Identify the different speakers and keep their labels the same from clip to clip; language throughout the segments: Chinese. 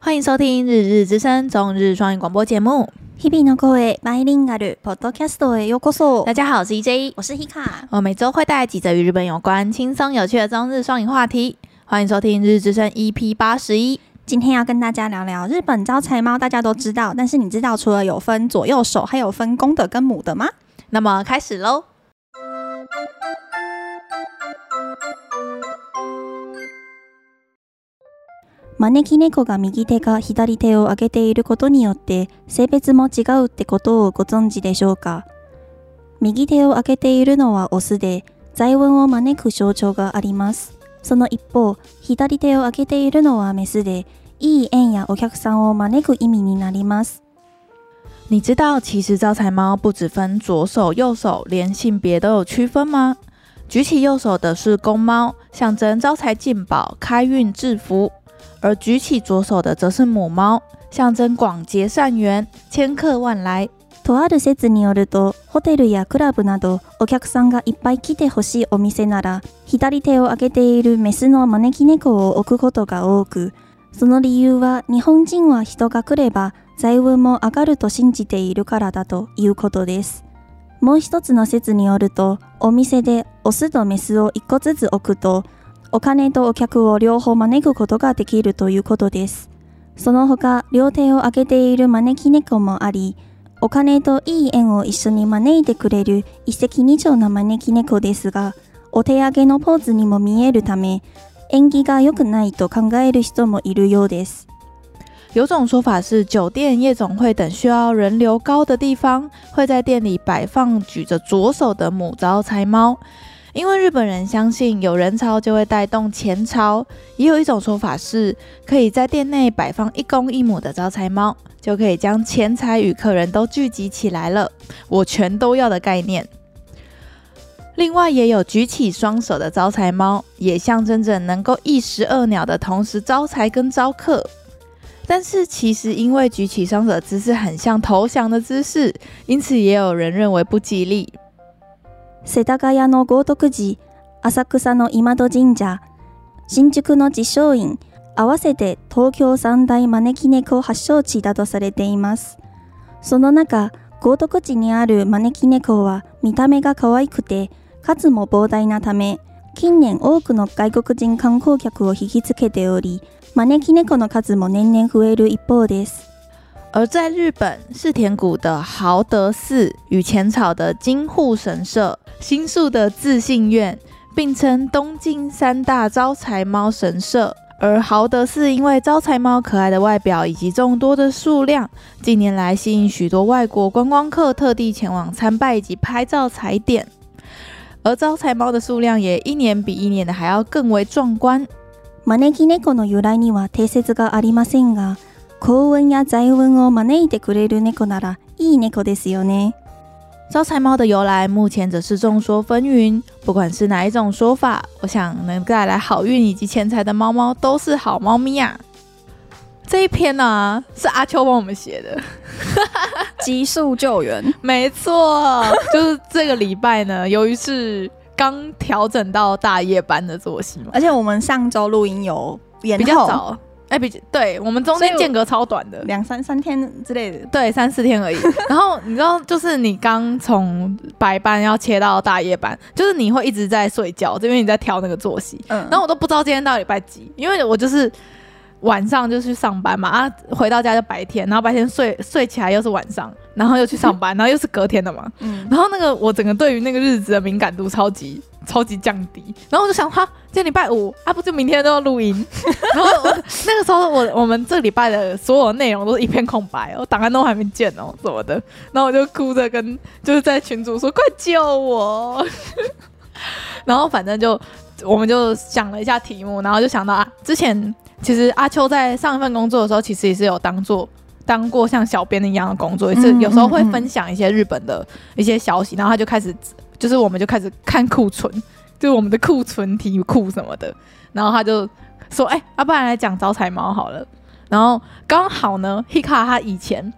Speaker 1: 欢迎收听《日日之声》中日双语广播节目。
Speaker 2: 日々の声バイリンガルポッドキャストへようこそ
Speaker 1: 大。家好，我是 E EJ，
Speaker 2: 我是 Hika，
Speaker 1: 我每周会带来几则与日本有关、轻松有趣的中日双语话题。欢迎收听《日日之声》EP 八十一。
Speaker 2: 今天要跟大家聊聊日本招财猫，大家都知道，但是你知道除了有分左右手，还有分公的跟母的吗？
Speaker 1: 那么开始喽。
Speaker 2: 招き猫が右手か左手を上げていることによって性別も違うってことをご存知でしょうか右手を上げているのはオスで財運を招く象徴がありますその一方左手を上げているのはメスでいい縁やお客さんを招く意味になります
Speaker 1: 你知道其实招财猫不只分左手、右手，连性别都有区分吗？举起右手的是公猫，象征招财进宝、开运致福；而举起左手的则是母猫，象征广结善缘、千客万来。
Speaker 2: とある説によるとホテルやクラブなどお客さんがいっぱい来てほしいお店なら左手を上げているメスの招き猫を置くことが多くその理由は日本人は人が来れば財運も上がると信じているからだということですもう一つの説によるとお店でオスとメスを一個ずつ置くとお金とお客を両方招くことができるということですその他両手を上げている招き猫もありお金といい縁を一緒に招いてくれる一石二鳥な招き猫ですが、お手上げのポーズにも見えるため、縁起が良くないと考える人もいるようです。
Speaker 1: 有种说法是，酒店、夜总会等需要人流高的地方，会在店里摆放举着左手的母招财猫，因为日本人相信有人潮就会带动钱潮。也有一种说法是，可以在店内摆放一公一母的招财猫，就可以将钱财与客人都聚集起来了，我全都要的概念。另外，也有举起双手的招财猫，也象征着能够一石二鸟的同时招财跟招客。但是其实因为举起双手的姿势很像投降的姿势，因此也有人认为不吉利。
Speaker 2: 世田谷の豪徳寺、浅草の今戸神社、新宿の自称院、合わせて東京三大招き猫発祥地だとされています。その中、豪徳寺にある招き猫は見た目が可愛くて、数も膨大なため、近年多くの外国人観光客を引きつけており、招き猫の数も年々増える一方です。
Speaker 1: 而在日本世田谷的豪德寺与浅草的金户神社、新宿的自信院并称东京三大招财猫神社。而豪德寺因为招财猫可爱的外表以及众多的数量，近年来吸引许多外国观光客特地前往参拜以及拍照踩点。而招财猫的数量也一年比一年的还要更为壮观。
Speaker 2: 招き猫の由来には定説がありませんが幸運や財運を招いてくれる猫ならいい猫ですよね
Speaker 1: 招财猫的由来目前则是众说纷纭，不管是哪一种说法，我想能带来好运以及钱财的猫猫都是好猫咪啊。这一篇呢、是阿秋帮我们写的，
Speaker 2: 急速救援
Speaker 1: 没错，就是这个礼拜呢，由于是刚调整到大夜班的作息 嘛，
Speaker 3: 而且我们上周录音有延
Speaker 1: 比较
Speaker 3: 后
Speaker 1: 早，哎、比对我们中间
Speaker 3: 所以
Speaker 1: 间隔超短的，
Speaker 3: 两三三天之类的，
Speaker 1: 对，三四天而已。然后你知道，就是你刚从白班要切到大夜班，就是你会一直在睡觉，因为你在调那个作息。
Speaker 3: 嗯，
Speaker 1: 然后我都不知道今天到底礼拜几，因为我就是晚上就去上班嘛，啊，回到家就白天，然后白天睡睡起来又是晚上，然后又去上班，然后又是隔天的嘛。
Speaker 3: 嗯，
Speaker 1: 然后那个我整个对于那个日子的敏感度超级超级降低，然后我就想哈，今天礼拜五啊，不就明天都要录音？然后我那个时候我我们这礼拜的所有内容都是一片空白哦，档案都还没建哦，什么的。然后我就哭着跟就是在群主说快救我，然后反正就我们就想了一下题目，然后就想到啊，之前其实阿秋在上一份工作的时候，其实也是有当做。当过像小编一样的工作，也是
Speaker 3: 嗯
Speaker 1: 有时候会
Speaker 3: 嗯嗯
Speaker 1: 分享一些日本的一些消息，然后他就开始，就是我们就开始看库存， 就是我们的库存题库什么的，然后他就说，哎、要、不然来讲招财猫好了。然后刚好呢，Hika 他以前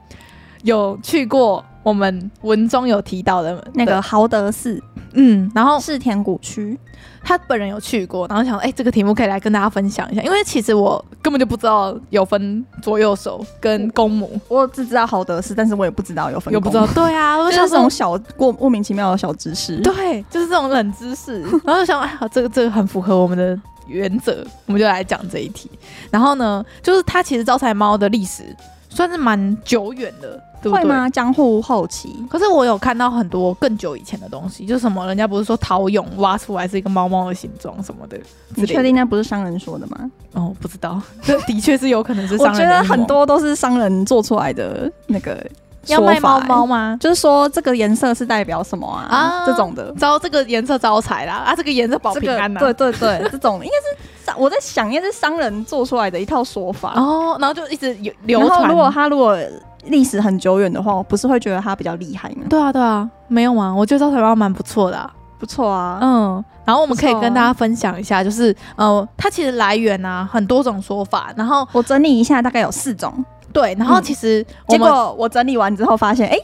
Speaker 1: 有去过我们文中有提到的
Speaker 3: 那个，豪德寺
Speaker 1: 嗯，然后
Speaker 3: 世田谷区，
Speaker 1: 他本人有去过，然后想，哎、这个题目可以来跟大家分享一下，因为其实我根本就不知道有分左右手跟公母，
Speaker 2: 我只知道好德士，但是我也不知道有分工，
Speaker 1: 又不知道。对 啊，我
Speaker 2: 就
Speaker 1: 就是想
Speaker 2: 这
Speaker 1: 说
Speaker 2: 种，小过莫名其妙的小知识。
Speaker 1: 对，就是这种冷知识。然后就想，哎呀，这个这个很符合我们的原则，我们就来讲这一题。然后呢，就是它其实招财猫的历史算是蛮久远的，对不
Speaker 2: 会
Speaker 1: 对？
Speaker 2: 吗？江户后期
Speaker 1: 可是我有看到很多更久以前的东西，就是什么人家不是说陶俑挖出来是一个猫猫的形状什么的，之类的
Speaker 2: 你确定那不是商人说的吗？
Speaker 1: 哦，不知道， 这的确是有可能是
Speaker 2: 我
Speaker 1: 商
Speaker 2: 觉
Speaker 1: 人的
Speaker 2: 得
Speaker 1: 阴
Speaker 2: 很
Speaker 1: 谋
Speaker 2: 多都是商人做出来的那个 说
Speaker 1: 要卖
Speaker 2: 法欸
Speaker 1: 猫猫，吗？
Speaker 2: 就是说这个颜色是代表什么啊？
Speaker 1: 啊
Speaker 2: 这种的，
Speaker 1: 招这个颜色招财啦，啊，这个颜色保
Speaker 2: 这
Speaker 1: 平
Speaker 2: 个
Speaker 1: 安呐、
Speaker 2: 对对对，这种应该是商我在想，应该是商人做出来的一套说法。
Speaker 1: 哦，然后就一直有流
Speaker 2: 然后
Speaker 1: 传。
Speaker 2: 如果他如果历史很久远的话，我不是会觉得他比较厉害吗？
Speaker 1: 对啊对啊，没有吗？我觉得招财猫蛮不错的啊、
Speaker 2: 不错啊，
Speaker 1: 嗯，然后我们可以
Speaker 2: 不错啊
Speaker 1: 跟大家分享一下，就是呃，它其实来源啊很多种说法，然后
Speaker 2: 我整理一下，大概有四种。
Speaker 1: 对，然后
Speaker 2: 嗯
Speaker 1: 其实我
Speaker 2: 结
Speaker 1: 们、
Speaker 2: 果我整理完之后发现，哎、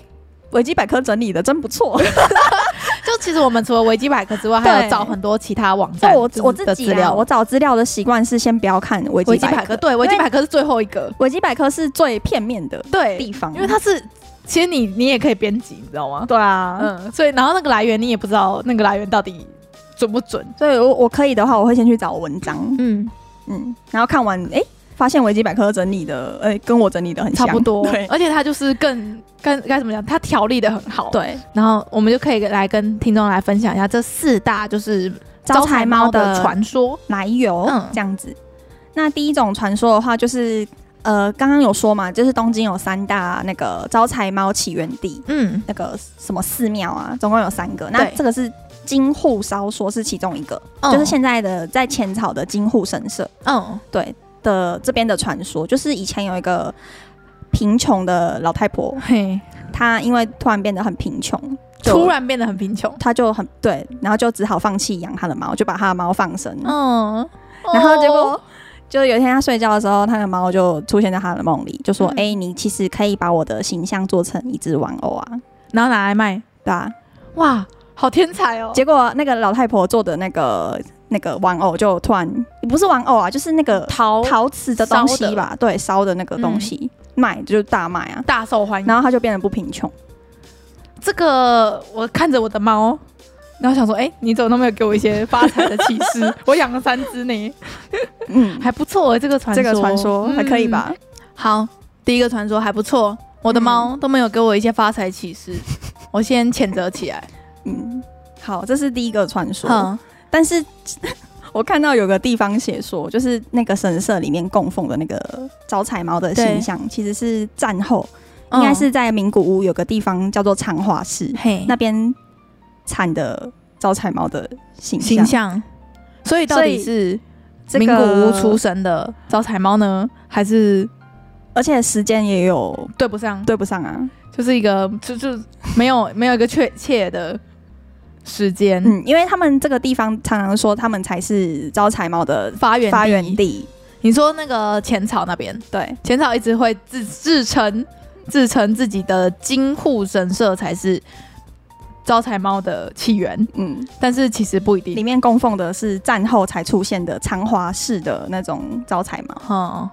Speaker 2: 维基百科整理的真不 错。
Speaker 1: 就其实我们除了维基百科之外，还有
Speaker 2: 对
Speaker 1: 找很多其他网
Speaker 2: 就
Speaker 1: 站
Speaker 2: 我
Speaker 1: 就是
Speaker 2: 我
Speaker 1: 的
Speaker 2: 自己
Speaker 1: 资
Speaker 2: 啊，
Speaker 1: 料，
Speaker 2: 我找资料的习惯是先不要看维
Speaker 1: 维
Speaker 2: 基
Speaker 1: 基
Speaker 2: 百
Speaker 1: 百科
Speaker 2: 科，
Speaker 1: 对维基百科是最后一个，
Speaker 2: 维基百科是最片面的
Speaker 1: 对，
Speaker 2: 地方，
Speaker 1: 因为它是其实你你也可以编辑，你知道吗？
Speaker 2: 对啊，
Speaker 1: 嗯，所以然后那个来源你也不知道那个来源到底准不准，
Speaker 2: 所以我我可以的话，我会先去找文章，
Speaker 1: 嗯，
Speaker 2: 嗯，然后看完，哎、发现维基百科整理的，哎、跟我整理的很像
Speaker 1: 差不多哦
Speaker 2: 对，
Speaker 1: 而且它就是更更该怎么讲，它条理的很好，
Speaker 2: 对，
Speaker 1: 然后我们就可以来跟听众来分享一下这四大就是
Speaker 2: 招财猫
Speaker 1: 招
Speaker 2: 的
Speaker 1: 的传说。
Speaker 2: 来由、
Speaker 1: 嗯
Speaker 2: 这样子。那第一种传说的话，就是呃，刚刚有说嘛，就是东京有三大那个招财猫起源地，
Speaker 1: 嗯，
Speaker 2: 那个什么寺庙啊，总共有三个。那
Speaker 1: 对
Speaker 2: 这个是京户烧说是其中一个，
Speaker 1: 嗯
Speaker 2: 就是现在的在浅草的京户神社，
Speaker 1: 嗯
Speaker 2: 对的这边的传说，就是以前有一个贫穷的老太婆，
Speaker 1: 嘿，
Speaker 2: 她因为突然变得很贫穷，就
Speaker 1: 突然变得很贫穷。
Speaker 2: 她就很对，然后就只好放弃养她的猫，就把她的猫放生，
Speaker 1: 嗯，
Speaker 2: 然后结
Speaker 1: 哦
Speaker 2: 果。就有一天，她睡觉的时候，她的猫就出现在她的梦里，就说：“
Speaker 1: 嗯
Speaker 2: 哎、你其实可以把我的形象做成一只玩偶啊，
Speaker 1: 然后拿来卖，
Speaker 2: 对吧、
Speaker 1: 哇，好天才哦！
Speaker 2: 结果那个老太婆做的那个那个玩偶就突然不是玩偶啊，就是那个
Speaker 1: 桃
Speaker 2: 陶瓷的东西吧，对，烧的那个东西、
Speaker 1: 嗯
Speaker 2: 卖就是大卖啊，
Speaker 1: 大受欢迎。
Speaker 2: 然后她就变得不贫穷，
Speaker 1: 这个我看着我的猫，然后想说，哎、你怎么都没有给我一些发财的启 示？我养了三只呢，
Speaker 2: 嗯，
Speaker 1: 还不错、欸、这个传
Speaker 2: 这
Speaker 1: 说，
Speaker 2: 个传说还可以吧？
Speaker 1: 嗯？好，第一个传说还不错，我的
Speaker 2: 嗯
Speaker 1: 猫都没有给我一些发财启示，我先谴责起来。
Speaker 2: 嗯，好，这是第一个传说，
Speaker 1: 哼，
Speaker 2: 但是 我看到有个地方写说，就是那个神社里面供奉的那个招财猫的
Speaker 1: 对
Speaker 2: 形象，其实是战后，应该是在名古屋有个地方叫做长华市，
Speaker 1: 嗯嘿
Speaker 2: 那边产的招财猫的形象。
Speaker 1: 形象，所以到底是
Speaker 2: 这
Speaker 1: 名
Speaker 2: 个
Speaker 1: 古屋出，生的招财猫呢，还是
Speaker 2: 而且时间也有
Speaker 1: 对不上？
Speaker 2: 对不上啊。
Speaker 1: 就是一个就就没有没有一个确切的时间、
Speaker 2: 嗯，因为他们这个地方常常说他们才是招财猫的
Speaker 1: 发源
Speaker 2: 发源
Speaker 1: 地。
Speaker 2: 地。
Speaker 1: 你说那个浅草那边，
Speaker 2: 对，
Speaker 1: 浅草一直会自自称自称自己的金户神社才是招财猫的起源，
Speaker 2: 嗯，
Speaker 1: 但是其实不一定
Speaker 2: 里。面供奉的是战后才出现的长华式的那种招财猫，
Speaker 1: 哼、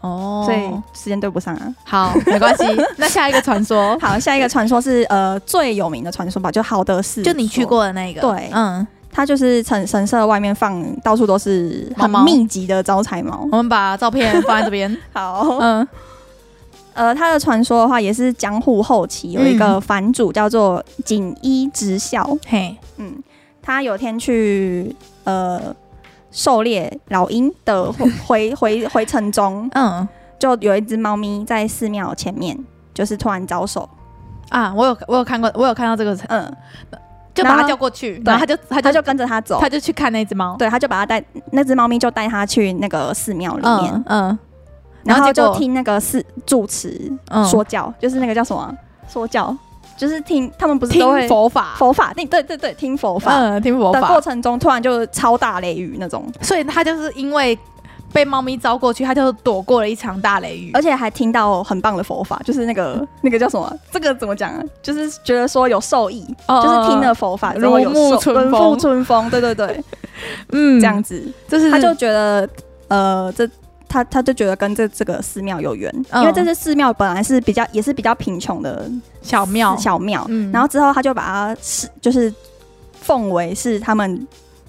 Speaker 1: 哦，
Speaker 2: 所以时间对不上啊。
Speaker 1: 好没关系。那下一个传 说，
Speaker 2: 好，下一个传说 是呃最有名的传说吧，就豪德寺。
Speaker 1: 就你去，过的那个，
Speaker 2: 对
Speaker 1: 嗯，
Speaker 2: 它就是神神社外面放到处都是很
Speaker 1: 猫猫
Speaker 2: 密集的招财猫。
Speaker 1: 我们把照片放在这边，
Speaker 2: 好，
Speaker 1: 嗯，
Speaker 2: 呃，他的传说的话，也是江户后期有一个藩主叫做锦衣直孝，
Speaker 1: 嘿，
Speaker 2: 嗯，他有天去呃狩猎老鹰的回回回城中，
Speaker 1: 嗯
Speaker 2: 就有一只猫咪在寺庙前面，就是突然招手，
Speaker 1: 啊，我有我有看过，我有看到这个，
Speaker 2: 嗯，
Speaker 1: 就把
Speaker 2: 然
Speaker 1: 他
Speaker 2: 后
Speaker 1: 叫过去，然后他就他
Speaker 2: 他
Speaker 1: 就
Speaker 2: 就跟着他走，
Speaker 1: 他就去看那只猫，
Speaker 2: 对，他就把他带那只猫咪就带他去那个寺庙里面，
Speaker 1: 嗯嗯，
Speaker 2: 然后
Speaker 1: 结
Speaker 2: 就
Speaker 1: 果
Speaker 2: 听那个寺住持
Speaker 1: 嗯
Speaker 2: 说教，就是那个叫什么说教，就是听他们不是
Speaker 1: 听
Speaker 2: 都会
Speaker 1: 佛法，
Speaker 2: 佛法，对对对对，听佛法。
Speaker 1: 嗯，听佛
Speaker 2: 的过
Speaker 1: 法，
Speaker 2: 程中，突然就超大雷雨那种，
Speaker 1: 所以他就是因为被猫咪招过去，他就躲过了一场大雷雨
Speaker 2: 而。且还听到很棒的佛法，就是 那个那个叫什么？这个怎么讲啊？就是觉得说有受益，
Speaker 1: 哦
Speaker 2: 就是听了佛法之后有
Speaker 1: 如沐
Speaker 2: 受
Speaker 1: 春
Speaker 2: 如
Speaker 1: 风
Speaker 2: 沐春风，对对对，
Speaker 1: 嗯
Speaker 2: 这样子，
Speaker 1: 就是
Speaker 2: 他就觉得呃，这他他就觉得跟这这个寺庙有缘，
Speaker 1: 嗯
Speaker 2: 因为这些寺庙本来是比较也是比较贫穷的
Speaker 1: 小庙，
Speaker 2: 小庙，
Speaker 1: 嗯
Speaker 2: 然后之后他就把它是就是奉为是他们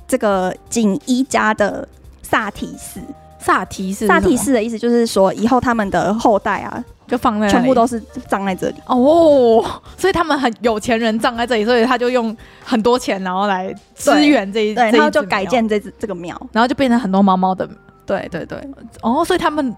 Speaker 2: 这个锦衣家的萨提寺。
Speaker 1: 萨提是
Speaker 2: 萨提
Speaker 1: 是
Speaker 2: 寺的意思就是说，以后他们的后代啊，
Speaker 1: 就放在那里
Speaker 2: 全部都是葬在这里。
Speaker 1: 哦，所以他们很有钱人葬在这里，所以他就用很多钱然后来支援这一
Speaker 2: 对，
Speaker 1: 这一
Speaker 2: 然后就
Speaker 1: 只
Speaker 2: 改
Speaker 1: 庙，
Speaker 2: 建这只这个庙。
Speaker 1: 然后就变成很多猫猫的
Speaker 2: 对对对，
Speaker 1: 哦，所以他们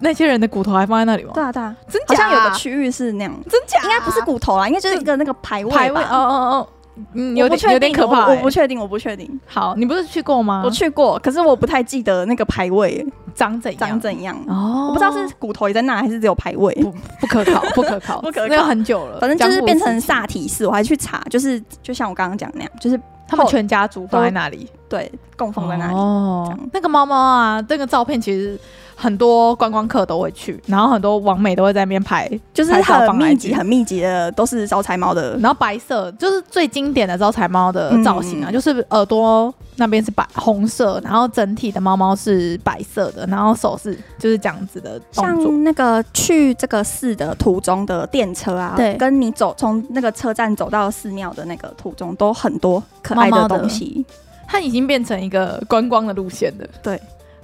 Speaker 1: 那些人的骨头还放在那里吗？
Speaker 2: 对啊对啊，
Speaker 1: 真
Speaker 2: 好
Speaker 1: 假
Speaker 2: 像
Speaker 1: 啊？
Speaker 2: 有个区域是那样，
Speaker 1: 真假？
Speaker 2: 应该不是骨头啦，应该就是一个那个牌位吧。
Speaker 1: 排位，哦哦哦，嗯，有
Speaker 2: 我不确
Speaker 1: 点
Speaker 2: 定
Speaker 1: 有点可怕、
Speaker 2: 我
Speaker 1: 欸
Speaker 2: 我不确定，我不确定。
Speaker 1: 好，你不是去过吗？
Speaker 2: 我去过，可是我不太记得那个牌位
Speaker 1: 长怎样？
Speaker 2: 长怎样。
Speaker 1: 哦，
Speaker 2: 我不知道是骨头也在那，还是只有牌位。
Speaker 1: 不不可 考，不可考，
Speaker 2: 不可考
Speaker 1: 那个很久了，
Speaker 2: 反正就是
Speaker 1: 江湖
Speaker 2: 变成
Speaker 1: 事情
Speaker 2: 萨提寺，我还去查，就是就像我刚刚讲那样，就是
Speaker 1: 他们全家族放在那里，
Speaker 2: 对供奉在那里。这
Speaker 1: 哦
Speaker 2: 样，
Speaker 1: 那个猫猫啊，那个照片其实很多观光客都会去，然后很多网美都会在那边拍，
Speaker 2: 就是
Speaker 1: 拍照
Speaker 2: 很
Speaker 1: 放 IG
Speaker 2: 密集、很密集的，都是招财猫的
Speaker 1: 然后白色就是最经典的招财猫的造型啊，
Speaker 2: 嗯
Speaker 1: 就是耳朵那边是白红色，然后整体的猫猫是白色的，然后手是就是这样子的动作。
Speaker 2: 像那个去这个寺的途中的电车啊，
Speaker 1: 对
Speaker 2: 跟你走从那个车站走到寺庙的那个途中，都很多可爱
Speaker 1: 猫猫
Speaker 2: 的
Speaker 1: 的
Speaker 2: 东西。
Speaker 1: 它已经变成一个观光的路线了。
Speaker 2: 对，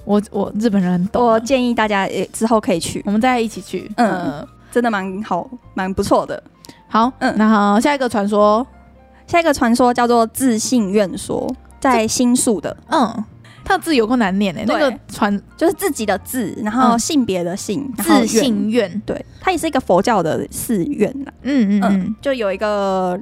Speaker 1: 我我日本人很懂啊、
Speaker 2: 我建议大家也之后可以去，
Speaker 1: 我们再一起去。嗯
Speaker 2: 嗯，真的蛮好，蛮不错的。
Speaker 1: 好，嗯
Speaker 2: 嗯，
Speaker 1: 那好，下一个传说，
Speaker 2: 下一个传说叫做自信愿说，在新宿的，
Speaker 1: 嗯，它的字有够难念诶、
Speaker 2: 对
Speaker 1: 那个传
Speaker 2: 就是自己的自，然后
Speaker 1: 嗯
Speaker 2: 性别的性，然后
Speaker 1: 自
Speaker 2: 愿。
Speaker 1: 信愿，
Speaker 2: 对，它也是一个佛教的寺院啦，
Speaker 1: 嗯嗯嗯
Speaker 2: 就有一个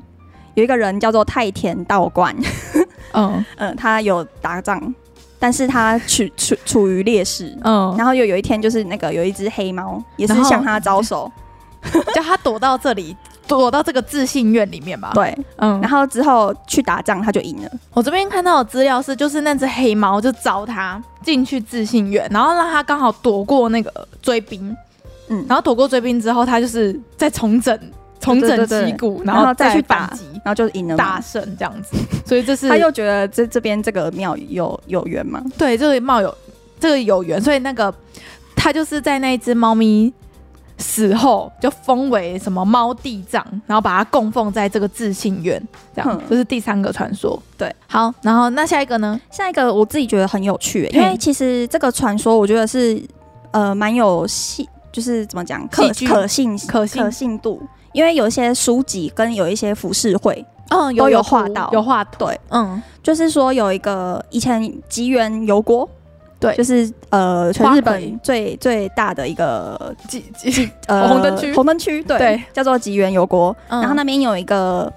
Speaker 2: 有一个人叫做太田道观，
Speaker 1: 嗯
Speaker 2: 嗯，他有打仗，但是他处 处处于劣势。
Speaker 1: 嗯，
Speaker 2: 然后有有一天，就是那个有一只黑猫，也是
Speaker 1: 然后
Speaker 2: 向他招手，
Speaker 1: 叫他躲到这里，躲到这个自信院里面吧。，
Speaker 2: 对。
Speaker 1: 嗯
Speaker 2: 然，后之后去打仗，他就赢了。
Speaker 1: 我这边看到的资料是，就是那只黑猫就招他进去自信院，然后让他刚好躲过那个追兵，
Speaker 2: 嗯，
Speaker 1: 然后躲过追兵之后，他就是再重整重
Speaker 2: 对
Speaker 1: 整
Speaker 2: 对对
Speaker 1: 旗鼓，
Speaker 2: 然
Speaker 1: 后
Speaker 2: 后再
Speaker 1: 去
Speaker 2: 去打
Speaker 1: 反击
Speaker 2: 然后就赢了嘛
Speaker 1: 大。胜这样子。所以这是
Speaker 2: 他又觉得这这边这个庙有有缘嘛？
Speaker 1: 对这个猫有这个有缘，所以那个他就是在那一只猫咪死后就封为什么猫地藏，然后把它供奉在这个自信院，这样
Speaker 2: 嗯
Speaker 1: 这是第三个传说。
Speaker 2: 对，
Speaker 1: 好，然后那下一个呢？
Speaker 2: 下一个我自己觉得很有趣，
Speaker 1: 嘿
Speaker 2: 因为其实这个传说我觉得是呃蛮有戏，就是怎么讲可
Speaker 1: 戏剧
Speaker 2: 可信
Speaker 1: 可信
Speaker 2: 可信度，因为有一些书籍跟有一些浮世绘，
Speaker 1: 嗯，
Speaker 2: 都有
Speaker 1: 图
Speaker 2: 画到
Speaker 1: 有画图，
Speaker 2: 对，
Speaker 1: 嗯，
Speaker 2: 就是说有一个以前吉原油锅，
Speaker 1: 对
Speaker 2: 就是呃全日
Speaker 1: 花魁
Speaker 2: 本最最大的一个
Speaker 1: 几几，
Speaker 2: 呃
Speaker 1: 红灯区
Speaker 2: 红灯区对
Speaker 1: 对嗯
Speaker 2: 叫做吉原油锅，
Speaker 1: 然
Speaker 2: 然后
Speaker 1: 后呢
Speaker 2: 那？边有一个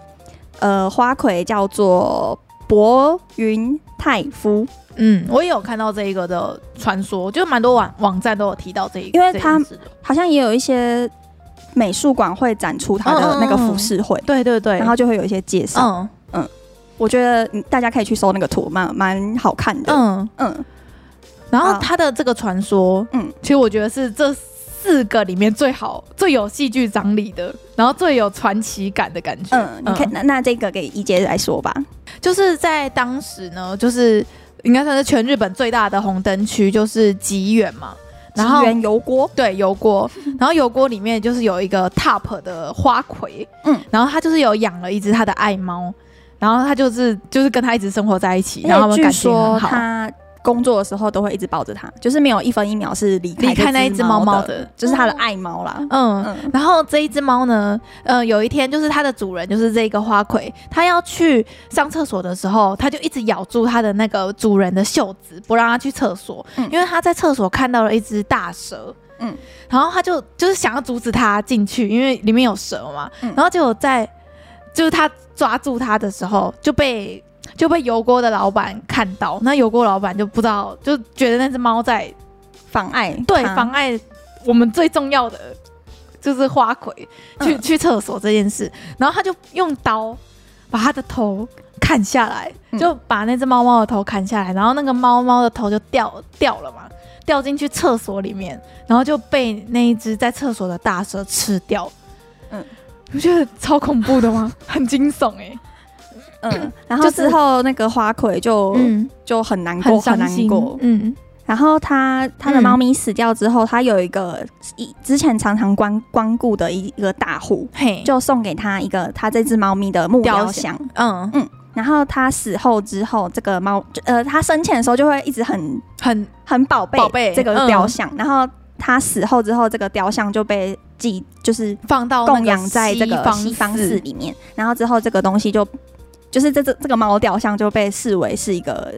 Speaker 2: 呃花魁叫做博云太夫，
Speaker 1: 嗯，我也有看到这一个的传说，就蛮多网网站都有提到这一个，
Speaker 2: 因为
Speaker 1: 这一
Speaker 2: 它
Speaker 1: 只的
Speaker 2: 好像也有一些美术馆会展出他的那个服饰会，
Speaker 1: 对对对，
Speaker 2: 然后就会有一些介绍。
Speaker 1: 嗯
Speaker 2: 我觉得嗯大家可以去搜那个图，蛮蛮好看的。嗯
Speaker 1: 嗯，然后
Speaker 2: 好
Speaker 1: 他的这个传说，嗯
Speaker 2: 嗯，
Speaker 1: 其实我觉得是这四个里面最好、最有戏剧张力的，然后最有传奇感的感觉。
Speaker 2: 嗯，你看、那那这个给一杰来说吧。
Speaker 1: 就是在当时呢，就是应该算是全日本最大的红灯区，就是吉原嘛。然后
Speaker 2: 吉原油锅，
Speaker 1: 对油 锅，然后油锅里面就是有一个 top 的花魁，嗯
Speaker 2: 嗯，
Speaker 1: 然后他就是有养了一只他的爱猫，然后他就是就是跟他一直生活在一起，然后他
Speaker 2: 而
Speaker 1: 们
Speaker 2: 哎且据
Speaker 1: 感情
Speaker 2: 说
Speaker 1: 很好。
Speaker 2: 他工作的时候都会一直抱着它，就是没有一分一秒是离
Speaker 1: 离开那一只
Speaker 2: 猫
Speaker 1: 猫猫
Speaker 2: 的，
Speaker 1: 的，
Speaker 2: 就是他的爱猫啦。
Speaker 1: 嗯，
Speaker 2: 嗯，
Speaker 1: 然后这一只猫呢，呃，有一天就是它的主人就是这个花魁，它要去上厕所的时候，它就一直咬住它的那个主人的袖子，不让它去厕所，
Speaker 2: 嗯
Speaker 1: 因为它在厕所看到了一只大蛇。嗯
Speaker 2: 嗯，
Speaker 1: 然后它就就是想要阻止它进去，因为里面有蛇嘛。
Speaker 2: 嗯
Speaker 1: 然后结果在就是它抓住它的时候，就被就被油锅的老板看到。那油锅老板就不知道，就觉得那只猫在
Speaker 2: 妨碍
Speaker 1: 对
Speaker 2: 它
Speaker 1: 妨碍我们最重要的就是花魁去、
Speaker 2: 嗯
Speaker 1: 去厕所这件事，然后他就用刀把他的头砍下来，
Speaker 2: 嗯
Speaker 1: 就把那只猫猫的头砍下来，然后那个猫猫的头就掉掉了嘛，掉进去厕所里面，然后就被那一只在厕所的大蛇吃掉。嗯
Speaker 2: 嗯，
Speaker 1: 你不觉得超恐怖的 吗？很惊悚哎、
Speaker 2: 嗯，然后
Speaker 1: 就是
Speaker 2: 之后那个花魁就
Speaker 1: 嗯，
Speaker 2: 就很难
Speaker 1: 很
Speaker 2: 过，
Speaker 1: 伤
Speaker 2: 难
Speaker 1: 心
Speaker 2: 过，。
Speaker 1: 嗯，
Speaker 2: 然后它它的
Speaker 1: 嗯
Speaker 2: 猫咪死掉之后，它有一个一之前常常光光顾的一个大户，
Speaker 1: 嘿，
Speaker 2: 就送给他一个他这只猫咪的木雕
Speaker 1: 雕
Speaker 2: 像。
Speaker 1: 嗯，
Speaker 2: 然后它死后之后，这个猫就呃，它生前的时候就会一直很
Speaker 1: 很
Speaker 2: 很宝贝
Speaker 1: 宝贝
Speaker 2: 这个
Speaker 1: 嗯
Speaker 2: 雕像，然后它死后之后，这个雕像就被寄就是
Speaker 1: 放到那
Speaker 2: 供养在这个西方
Speaker 1: 寺
Speaker 2: 寺里面，然后之后这个东西就就是这这这个猫雕像就被视为是一个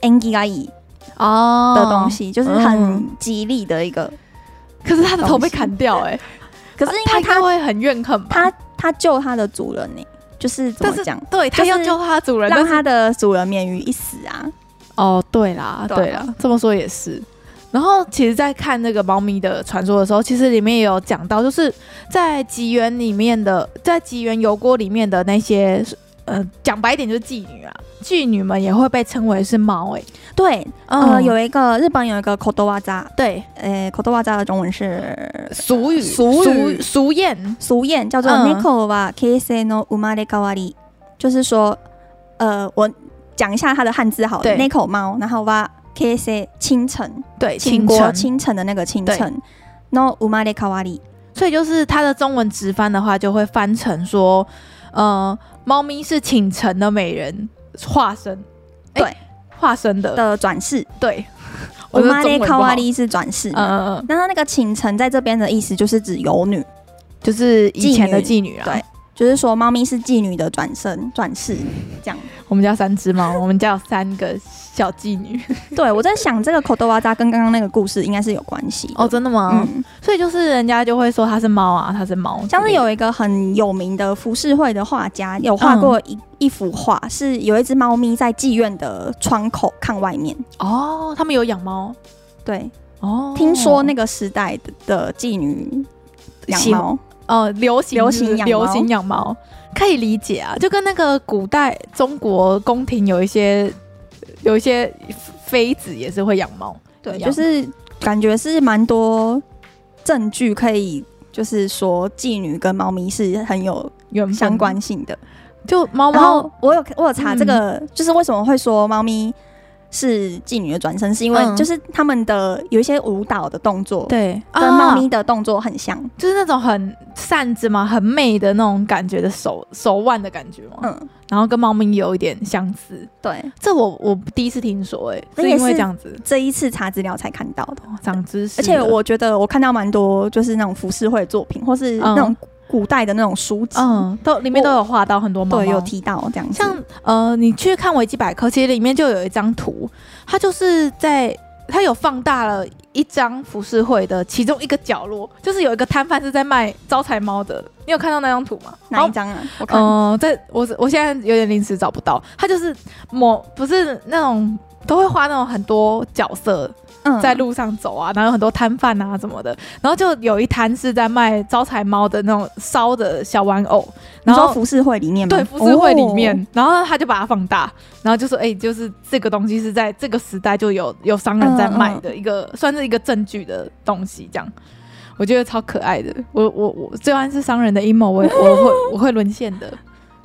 Speaker 2: a n g i a i
Speaker 1: 哦
Speaker 2: 的东。西，就是
Speaker 1: 嗯
Speaker 2: 很吉利的一个。
Speaker 1: 可是他的头被
Speaker 2: 东西
Speaker 1: 砍掉哎、
Speaker 2: 可是因
Speaker 1: 他
Speaker 2: 为
Speaker 1: 应该
Speaker 2: 它
Speaker 1: 会很怨恨吧？
Speaker 2: 它它救它的主人呢、就是怎
Speaker 1: 但
Speaker 2: 么
Speaker 1: 是
Speaker 2: 讲，
Speaker 1: 对他
Speaker 2: 就是
Speaker 1: 要救他的主人，
Speaker 2: 让
Speaker 1: 但是
Speaker 2: 它的主人免于一死啊。
Speaker 1: 哦，对啦，
Speaker 2: 对啊
Speaker 1: 对啦，这么说也是。然后，其实，在看那个猫咪的传说的时候，其实里面也有讲到，就是在吉原里面的，在吉原油锅里面的那些，呃，讲白一点就是妓女啊，妓女们也会被称为是猫、欸，
Speaker 2: 对，
Speaker 1: 哎、
Speaker 2: 呃，有一个日本有一个 kodowaza，
Speaker 1: 对
Speaker 2: 呃，kodowaza 的中文是
Speaker 1: 俗语
Speaker 2: 俗语
Speaker 1: 俗谚，
Speaker 2: 俗谚，叫做
Speaker 1: 嗯
Speaker 2: “neko wa kase no umare k a w a r i 就是说，呃，我讲一下它的汉字好了
Speaker 1: 对
Speaker 2: ，neko 猫，然后 wa kase 清晨，
Speaker 1: 对，
Speaker 2: 清
Speaker 1: 清
Speaker 2: 国
Speaker 1: 国
Speaker 2: 清晨的那个清晨，no umare k a w a r i
Speaker 1: 所以就是它的中文直翻的话，就会翻成说，呃，猫咪是倾城的美人化身，诶
Speaker 2: 对，
Speaker 1: 化身的，
Speaker 2: 的转世
Speaker 1: 对，我的中文
Speaker 2: ，umare
Speaker 1: 不
Speaker 2: k a
Speaker 1: 好
Speaker 2: w a r i 是转世
Speaker 1: 嗯。嗯嗯，
Speaker 2: 然后那个清晨在这边的意思就是指游女，
Speaker 1: 就是以前的妓女啊。
Speaker 2: 妓女对，就是说猫咪是妓女的转身转世这样。
Speaker 1: 我们家三只猫， 我们家有三个小妓女。
Speaker 2: 对我在想这个 kodowaza 跟刚刚那个故事应该是有关系的
Speaker 1: 哦，真的吗？
Speaker 2: 嗯，
Speaker 1: 所以就是人家就会说它是猫啊，它是猫之类的。
Speaker 2: 像是有一个很有名的浮世绘的画家，有画过
Speaker 1: 嗯
Speaker 2: 一、一幅画，是有一只猫咪在妓院的窗口看外面。
Speaker 1: 哦，他们有养猫
Speaker 2: 对，
Speaker 1: 哦。
Speaker 2: 听说那个时代的的妓女养
Speaker 1: 喜
Speaker 2: 猫，
Speaker 1: 呃流行
Speaker 2: 流行养猫
Speaker 1: 流行养猫，可以理解啊，就跟那个古代中国宫廷有一些有一些妃子也是会养猫，
Speaker 2: 对，
Speaker 1: 一
Speaker 2: 就
Speaker 1: 样
Speaker 2: 是感觉是蛮多证据可以，就是说妓女跟猫咪是很有
Speaker 1: 原本
Speaker 2: 相关性的。
Speaker 1: 就猫
Speaker 2: 然
Speaker 1: 哦猫
Speaker 2: 后我有我有查
Speaker 1: 嗯
Speaker 2: 这个，就是为什么会说猫咪是妓女的转身，是因为
Speaker 1: 嗯
Speaker 2: 就是他们的有一些舞蹈的动作。
Speaker 1: 对
Speaker 2: 跟猫咪
Speaker 1: 啊
Speaker 2: 的动作很像，
Speaker 1: 就是那种很扇子嘛，很媚的那种感觉的手手腕的感觉嘛，
Speaker 2: 嗯，
Speaker 1: 然后跟猫咪有一点相似。
Speaker 2: 对，
Speaker 1: 这我我第一次听说、欸，
Speaker 2: 那
Speaker 1: 是
Speaker 2: 也
Speaker 1: 因为
Speaker 2: 是
Speaker 1: 这样子
Speaker 2: 这一次查资料才看到的。
Speaker 1: 哦长知识
Speaker 2: 而
Speaker 1: 了，
Speaker 2: 且我觉得我看到蛮多就是那种浮世绘作品，或是
Speaker 1: 嗯
Speaker 2: 那种古代的那种书籍，
Speaker 1: 嗯，都里面都有画到很多猫猫，
Speaker 2: 对，有提到这样子。
Speaker 1: 像呃，你去看维基百科，其实里面就有一张图，它就是在它有放大了一张浮世绘的其中一个角落，就是有一个摊贩是在卖招财猫的。你有看到那张图吗？
Speaker 2: 哪一
Speaker 1: 好？
Speaker 2: 张啊？我看
Speaker 1: 嗯、在我我现在有点临时找不到，它就是某不是那种都会画那种很多角色
Speaker 2: 嗯
Speaker 1: 在路上走啊，然后有很多摊贩啊什么的，然后就有一摊是在卖招财猫的那种烧的小玩偶，
Speaker 2: 你
Speaker 1: 然后
Speaker 2: 说浮世绘里面吗？
Speaker 1: 对，浮世绘里
Speaker 2: 哦
Speaker 1: 面，然后他就把它放大，然后就说，哎、就是这个东西是在这个时代就有有商人在卖的一个，算是一个证据的东西，这样。我觉得超可爱的，我我我，虽然是商人的阴谋，我也我会我会沦陷的，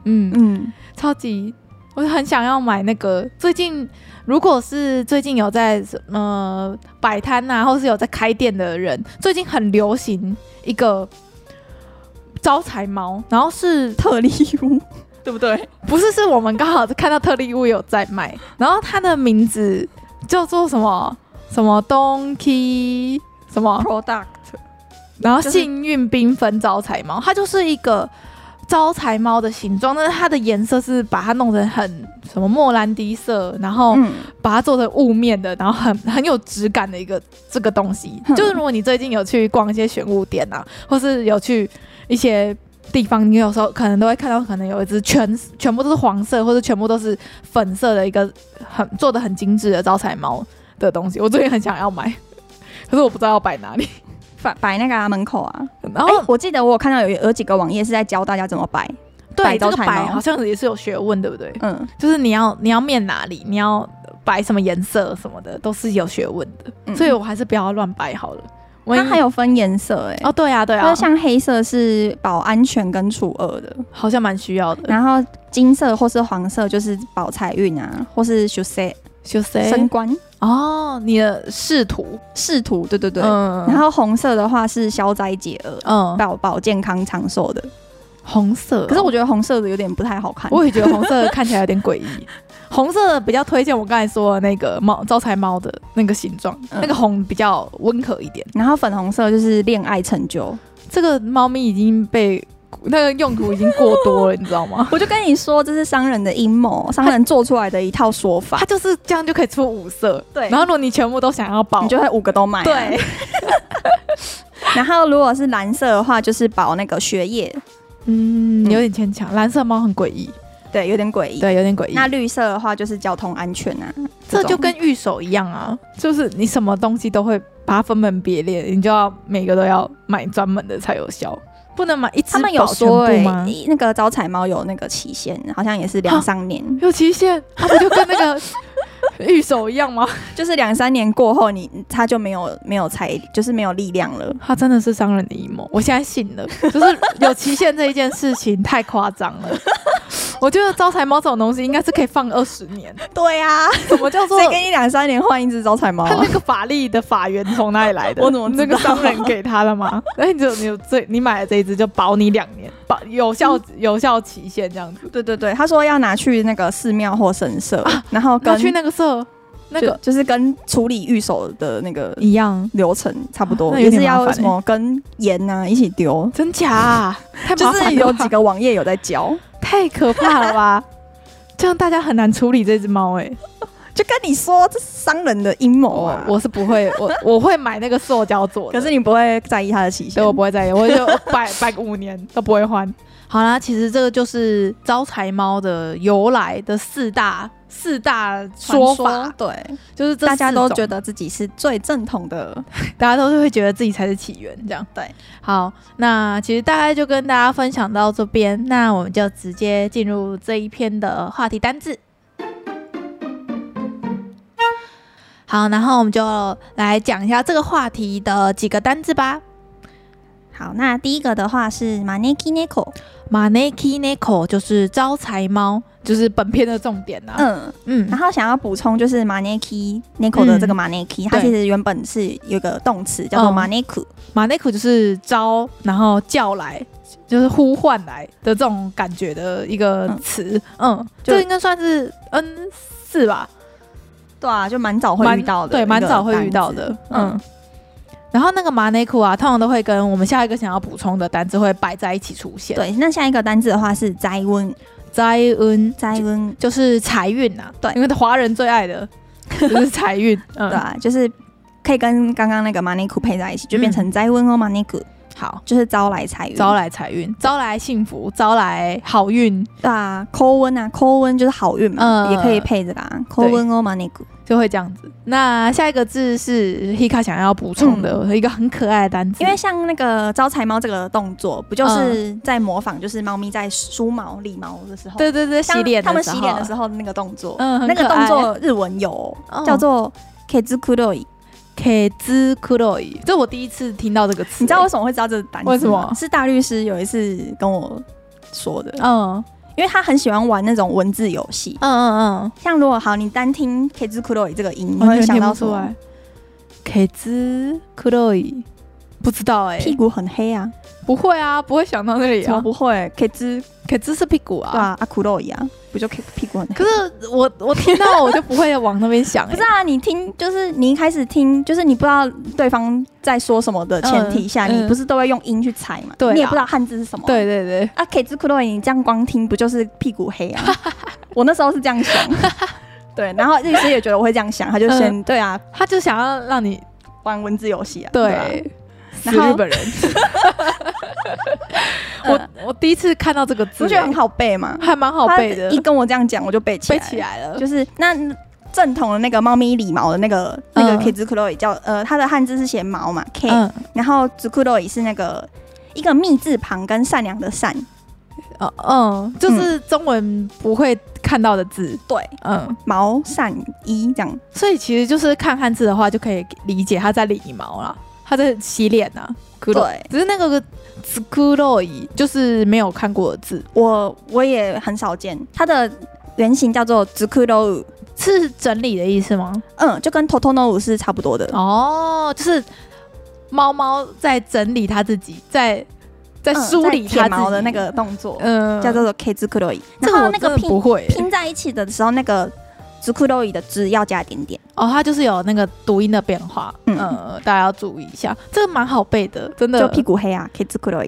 Speaker 1: 嗯，
Speaker 2: 嗯，
Speaker 1: 超级，我很想要买那个。最近如果是最近有在呃摆摊呐，或是有在开店的人，最近很流行一个招财猫，然后是
Speaker 2: 特例 屋，
Speaker 1: 对不对？不是，是我们刚好看到特力屋有在卖，然后它的名字叫做什么什么 Donkey 什么，
Speaker 2: product
Speaker 1: 然后
Speaker 2: 就是
Speaker 1: 幸运缤纷招财猫，它就是一个招财猫的形状，但是它的颜色是把它弄成很什么莫兰迪色，然后
Speaker 2: 嗯，
Speaker 1: 把它做成雾面的，然后很很有质感的一个这个东西。
Speaker 2: 哼
Speaker 1: 就是如果你最近有去逛一些玄物店啊，或是有去一些地方，你有时候可能都会看到，可能有一只全全部都是黄色，或者全部都是粉色的一个很做的很精致的招财猫的东西。我最近很想要买，可是我不知道要摆哪里。
Speaker 2: 摆摆那个啊门口啊。
Speaker 1: 然
Speaker 2: 哎
Speaker 1: 后、，
Speaker 2: 我记得我有看到有有几个网页是在教大家怎么摆，
Speaker 1: 对
Speaker 2: 摆
Speaker 1: 这
Speaker 2: 招
Speaker 1: 个
Speaker 2: 财
Speaker 1: 摆
Speaker 2: 猫
Speaker 1: 好像也是有学问，对不对？
Speaker 2: 嗯
Speaker 1: 就是你要你要面哪里，你要摆什么颜色什么的，都是有学问的。
Speaker 2: 嗯，
Speaker 1: 所以我还是不要乱摆好了。我
Speaker 2: 它还有分颜色哎，
Speaker 1: 哦，对啊，对啊
Speaker 2: 就是，像黑色是保安全跟除恶的，
Speaker 1: 好像蛮需要的。
Speaker 2: 然后金色或是黄色就是保财运啊，或是 s h u s e
Speaker 1: 就
Speaker 2: 升
Speaker 1: say
Speaker 2: 官
Speaker 1: 哦，你的仕途
Speaker 2: 仕途，对对对。
Speaker 1: 嗯
Speaker 2: 然后红色的话是消灾解厄，
Speaker 1: 嗯
Speaker 2: 保保健康长寿的。
Speaker 1: 红色哦，
Speaker 2: 可是我觉得红色的有点不太好看。
Speaker 1: 我也觉得红色的看起来有点诡异。 红色的比较推荐我刚才说的那个猫招财猫的那个形状，
Speaker 2: 嗯
Speaker 1: 那个红比较温和一点。
Speaker 2: 然后粉红色就是恋爱成就。
Speaker 1: 这个猫咪已经被那个用途已经过多了，你知道吗？
Speaker 2: 我就跟你说，这是商人的阴谋，商人做出来的一套说 法
Speaker 1: 它，就是这样就可以出五色，
Speaker 2: 对
Speaker 1: 然后如果你全部都想要保，
Speaker 2: 你就会五个都买、
Speaker 1: 哦
Speaker 2: 啊
Speaker 1: 对。
Speaker 2: 然后如果是蓝色的话，就是保那个学业，
Speaker 1: 嗯有点牵强。蓝色猫很诡异，
Speaker 2: 对，有点诡异。
Speaker 1: 对，有点诡异。
Speaker 2: 那绿色的话就是交通安全啊，
Speaker 1: 这
Speaker 2: 种
Speaker 1: 就跟玉手一样啊，就是你什么东西都会把它分门别类，你就要每个都要买专门的才有效，不能买一只
Speaker 2: 他们有
Speaker 1: 保全
Speaker 2: 说、
Speaker 1: 部
Speaker 2: 欸
Speaker 1: 吗？，啊
Speaker 2: 那个招财猫有那个期限，好像也是两三年，
Speaker 1: 有期限，它不就跟那 个玉手一样吗？
Speaker 2: 就是两三年过后你它就没有没有财，就是没有力量 了。
Speaker 1: 它真的是商人的阴谋，我现在信了。就是有期限这一件事情太夸张了，我觉得招财猫这种东西应该是可以放二十年。
Speaker 2: 对呀、啊，
Speaker 1: 什么叫做
Speaker 2: 谁给你两三年换一只招财猫、
Speaker 1: 他
Speaker 2: 啊
Speaker 1: 那？个法力的法源从哪里来的？
Speaker 2: 我怎么知
Speaker 1: 那
Speaker 2: 道
Speaker 1: 个商人给他的吗？ 那你就你有这你买了这一只就保你两年，嗯保有效有效期限这样子。
Speaker 2: 对对对，他说要拿去那个寺庙或神社，然后跟
Speaker 1: 啊拿去那个社那个
Speaker 2: 就就是跟处理御守的那个
Speaker 1: 一样，
Speaker 2: 流程差不多，
Speaker 1: 那有
Speaker 2: 也
Speaker 1: 点
Speaker 2: 是
Speaker 1: 麻烦
Speaker 2: 要
Speaker 1: 欸
Speaker 2: 什么跟盐啊一起丢，
Speaker 1: 真假、啊？太麻
Speaker 2: 就
Speaker 1: 烦
Speaker 2: 是
Speaker 1: 了
Speaker 2: 有
Speaker 1: 吧
Speaker 2: 几个网页有在教，
Speaker 1: 太可怕了吧？ 这样大家很难处理这只猫哎、
Speaker 2: 就跟你说这是商人的阴谋
Speaker 1: 我
Speaker 2: 啊。
Speaker 1: 哦我是不会，我我会买那个塑胶做的。
Speaker 2: 可是你不会在意它的期
Speaker 1: 所
Speaker 2: 限
Speaker 1: 以我，不会在意，我就 摆摆个五年都不会换。好啦，其实这个就是招财猫的由来的四大四大说法，
Speaker 2: 对，
Speaker 1: 就是这
Speaker 2: 大家都
Speaker 1: 四种
Speaker 2: 觉得自己是最正统的，
Speaker 1: 大家都是会觉得自己才是起源，这样
Speaker 2: 对。
Speaker 1: 好，那其实大概就跟大家分享到这边，那我们就直接进入这一篇的话题单字。好，然后我们就来讲一下这个话题的几个单字吧。
Speaker 4: 好，那第一个的话是 maneki neko，
Speaker 1: 马内 k 内口就是招财猫，就是本片的重点啦、
Speaker 2: 嗯，
Speaker 1: 嗯
Speaker 2: 然后想要补充就是 maneki neko 的这个 maneki，、它
Speaker 1: 对
Speaker 2: 其实原本是有一个动词叫做
Speaker 1: 嗯
Speaker 2: maneku，、
Speaker 1: 马内口就是招，然后叫来，就是呼唤来的这种感觉的一个词。嗯，
Speaker 2: 就
Speaker 1: 这应该算是 N 四吧，
Speaker 2: 对啊，就蛮早会
Speaker 1: 蛮
Speaker 2: 遇到的，
Speaker 1: 对，蛮早会遇到的。嗯
Speaker 2: 嗯。
Speaker 1: 然后那个马内裤啊，通常都会跟我们下一个想要补充的单词会摆在一起出现。，
Speaker 4: 对，那下一个单字的话是灾温，
Speaker 1: 财运
Speaker 4: 灾
Speaker 2: 嗯
Speaker 4: 温，
Speaker 1: 就是财运呐、啊，
Speaker 4: 对
Speaker 1: 因为华人最爱的就是财运。嗯，
Speaker 4: 对
Speaker 2: 对啊，就是可以跟刚刚那个 maneku 配在一起，就
Speaker 1: 嗯
Speaker 2: 变
Speaker 4: 成灾温哦 maneku，
Speaker 1: 好，
Speaker 4: 就是招来财运，
Speaker 1: 招来财运，招来幸福，招来好运，
Speaker 4: 对啊，call 温啊，call 温就是好运嘛，
Speaker 1: 嗯
Speaker 4: 也可以配
Speaker 2: 啊
Speaker 4: 着啦，call 温哦 maneku，
Speaker 1: 就会这样子。那下一个字是 Hika 想要补充的一个很可爱的单词，
Speaker 2: 嗯因为像那个招财猫这个动作，不就是在模仿，就是猫咪在梳毛、理毛的时候，啊
Speaker 1: 对对对，
Speaker 2: 像
Speaker 1: 洗脸
Speaker 2: 它们洗脸的时
Speaker 1: 候，
Speaker 2: 候那个动作，
Speaker 1: 嗯，很
Speaker 2: 那个
Speaker 1: 可爱
Speaker 2: 动作日文有
Speaker 1: 嗯
Speaker 2: 叫做 kizukuro。
Speaker 1: k z k u r o i 这我第一次听到这个词，欸
Speaker 2: 你知道为什么会知道这个单词吗？
Speaker 1: 为什么
Speaker 2: 是大律师有一次跟我说的，
Speaker 1: 嗯
Speaker 2: 因为他很喜欢玩那种文字游戏
Speaker 1: 嗯，嗯
Speaker 2: 像如果好，你单听 kizukuro 这个音，
Speaker 1: 嗯，
Speaker 2: 你会想
Speaker 1: 听
Speaker 2: 到
Speaker 1: 不
Speaker 2: 什
Speaker 1: 出
Speaker 2: 么
Speaker 1: 来？k z k u r o i 不知道哎，
Speaker 2: 屁股很黑啊，
Speaker 1: 不会啊，不会想到那里
Speaker 2: 怎么
Speaker 1: 啊
Speaker 2: 不会 kizu
Speaker 1: k z 是屁股啊，
Speaker 2: 对啊，阿苦肉一样，不就屁屁股很黑？
Speaker 1: 可是我我听到我就不会往那边想，
Speaker 2: 不是啊，你听就是你一开始听，就是你不知道对方在说什么的前提下，
Speaker 1: 嗯嗯
Speaker 2: 你不是都会用音去猜嘛？
Speaker 1: 对啊
Speaker 2: 你也不知道汉字是什么。
Speaker 1: 对。对对，
Speaker 2: 啊，K 字库洛，你这样光听不就是屁股黑 啊？我那时候是这样想。对，然后律师也觉得我会这样想，他就先、对啊，
Speaker 1: 他就想要让你
Speaker 2: 玩文字游戏啊。啊
Speaker 1: 嗯对，死
Speaker 2: 然后
Speaker 1: 日本人。 我我第一次看到这个
Speaker 2: 你
Speaker 1: 字、
Speaker 2: 不觉得很好背吗？
Speaker 1: 还蛮好背的
Speaker 2: 他一，跟我这样讲，我就背起来
Speaker 1: 背
Speaker 2: 了。
Speaker 1: 起来了。
Speaker 2: 就是那正统的那个猫咪理毛的那个那个
Speaker 1: 嗯
Speaker 2: K 字库洛也叫呃，它的汉字是写毛嘛 K，、
Speaker 1: 嗯，
Speaker 2: 然后 “zukuroi” 是那个一个“密”字旁跟善良的“善
Speaker 1: 哦，嗯，就是中文不会看到的字，”，
Speaker 2: 对，
Speaker 1: 嗯，
Speaker 2: 毛善一这样。
Speaker 1: 所以其实就是看汉字的话，就可以理解他在理毛啦，他在洗脸呐、啊。
Speaker 2: 对，
Speaker 1: 只是那个 s c r o i 就是没有看过的字
Speaker 2: 我我也很少见，它的原型叫做 “zukuroi”，
Speaker 1: 是整理的意思吗？
Speaker 2: 嗯，就跟 Totono 舞是差不多的。
Speaker 1: 哦，就是猫猫在整理它自己，在在
Speaker 2: 嗯
Speaker 1: 梳理
Speaker 2: 在
Speaker 1: 它
Speaker 2: 舔
Speaker 1: 自己
Speaker 2: 毛的那个，动作，
Speaker 1: 嗯，
Speaker 2: 叫做 K 字 Kuroi。
Speaker 1: 这个
Speaker 2: 然后
Speaker 1: 我
Speaker 2: 那
Speaker 1: 真的不
Speaker 2: 个拼
Speaker 1: 会
Speaker 2: 拼在一起的时候，那个 z u k u r o i 的字要加点点。
Speaker 1: 哦，它就是有那个读音的变化，嗯
Speaker 2: 嗯，
Speaker 1: 大家要注意一下，这个蛮好背的，真的，
Speaker 2: 就屁股黑啊，K 字 Kuroi。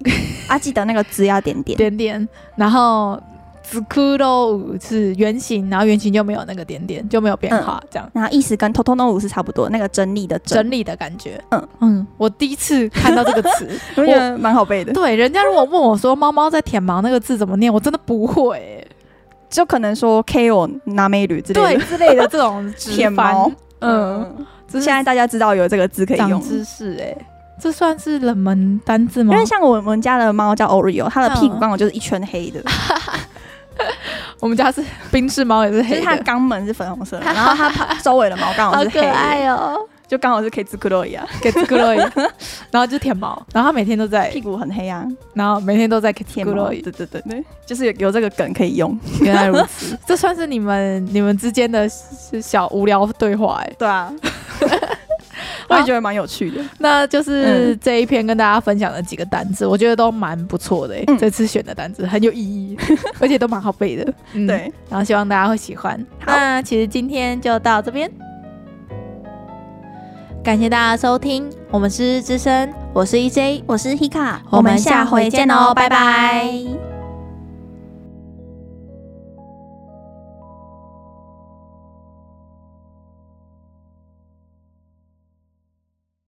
Speaker 2: 啊， 记得那个字要点点。
Speaker 1: 点点，然后 z u r o 五是圆形，然后圆形就没有那个点点，就没有变
Speaker 2: 嗯
Speaker 1: 化，这样。
Speaker 2: 然后意思跟 Totono 舞是差不多，那个整理的整
Speaker 1: 整，理的感觉，嗯
Speaker 2: 嗯
Speaker 1: 嗯，我第一次看到这个词，
Speaker 2: 我觉得蛮好背的。
Speaker 1: 对，人家如果问我说“猫猫在舔毛”那个字怎么念，我真的不会、欸，
Speaker 2: 就可能说 K O 拿美女之类的。
Speaker 1: 对之类的这 种直
Speaker 2: 舔
Speaker 1: 翻
Speaker 2: 毛，
Speaker 1: 嗯，
Speaker 2: 嗯，
Speaker 1: 这是
Speaker 2: 现在大家知道有这个字可以
Speaker 1: 长
Speaker 2: 用，
Speaker 1: 知识哎、这算是冷门单字吗
Speaker 2: 因？为像我们家的猫叫
Speaker 1: 嗯
Speaker 2: Oreo，它的屁股刚好就是一圈黑
Speaker 1: 啊
Speaker 2: 的，
Speaker 1: 我们家 是冰室猫，也是
Speaker 2: 就是
Speaker 1: 黑
Speaker 2: 它
Speaker 1: 的
Speaker 2: 的，肛门是粉红色的，然后它周围的毛刚 好是黑的，
Speaker 1: 哦，
Speaker 2: 就刚好是 K 字 k u r 一样，
Speaker 1: 给 g l o 然后就舔毛，然后它每天都在
Speaker 2: 屁，股很黑啊，
Speaker 1: 然后每天都在 k
Speaker 2: 舔
Speaker 1: g
Speaker 2: 毛，
Speaker 1: l o
Speaker 2: 对对对对，就是有有这个梗可以用，
Speaker 1: 原来如此，这算是你们你们之间的小无聊对话哎、
Speaker 2: 对 啊，我也觉得蛮有趣的，
Speaker 1: 那就是这一篇跟大家分享的几个单字，我觉得都蛮不错的、欸。
Speaker 2: 嗯
Speaker 1: 这次选的单字很有意 义，而且都蛮好背的。嗯，
Speaker 2: 对，
Speaker 1: 然后希望大家会喜欢。
Speaker 2: 好
Speaker 1: 那其实今天就到这边，感谢大家收听，我们是日之声，我是 EJ，
Speaker 4: 我是 Hika，
Speaker 1: 我们下回见哦拜拜。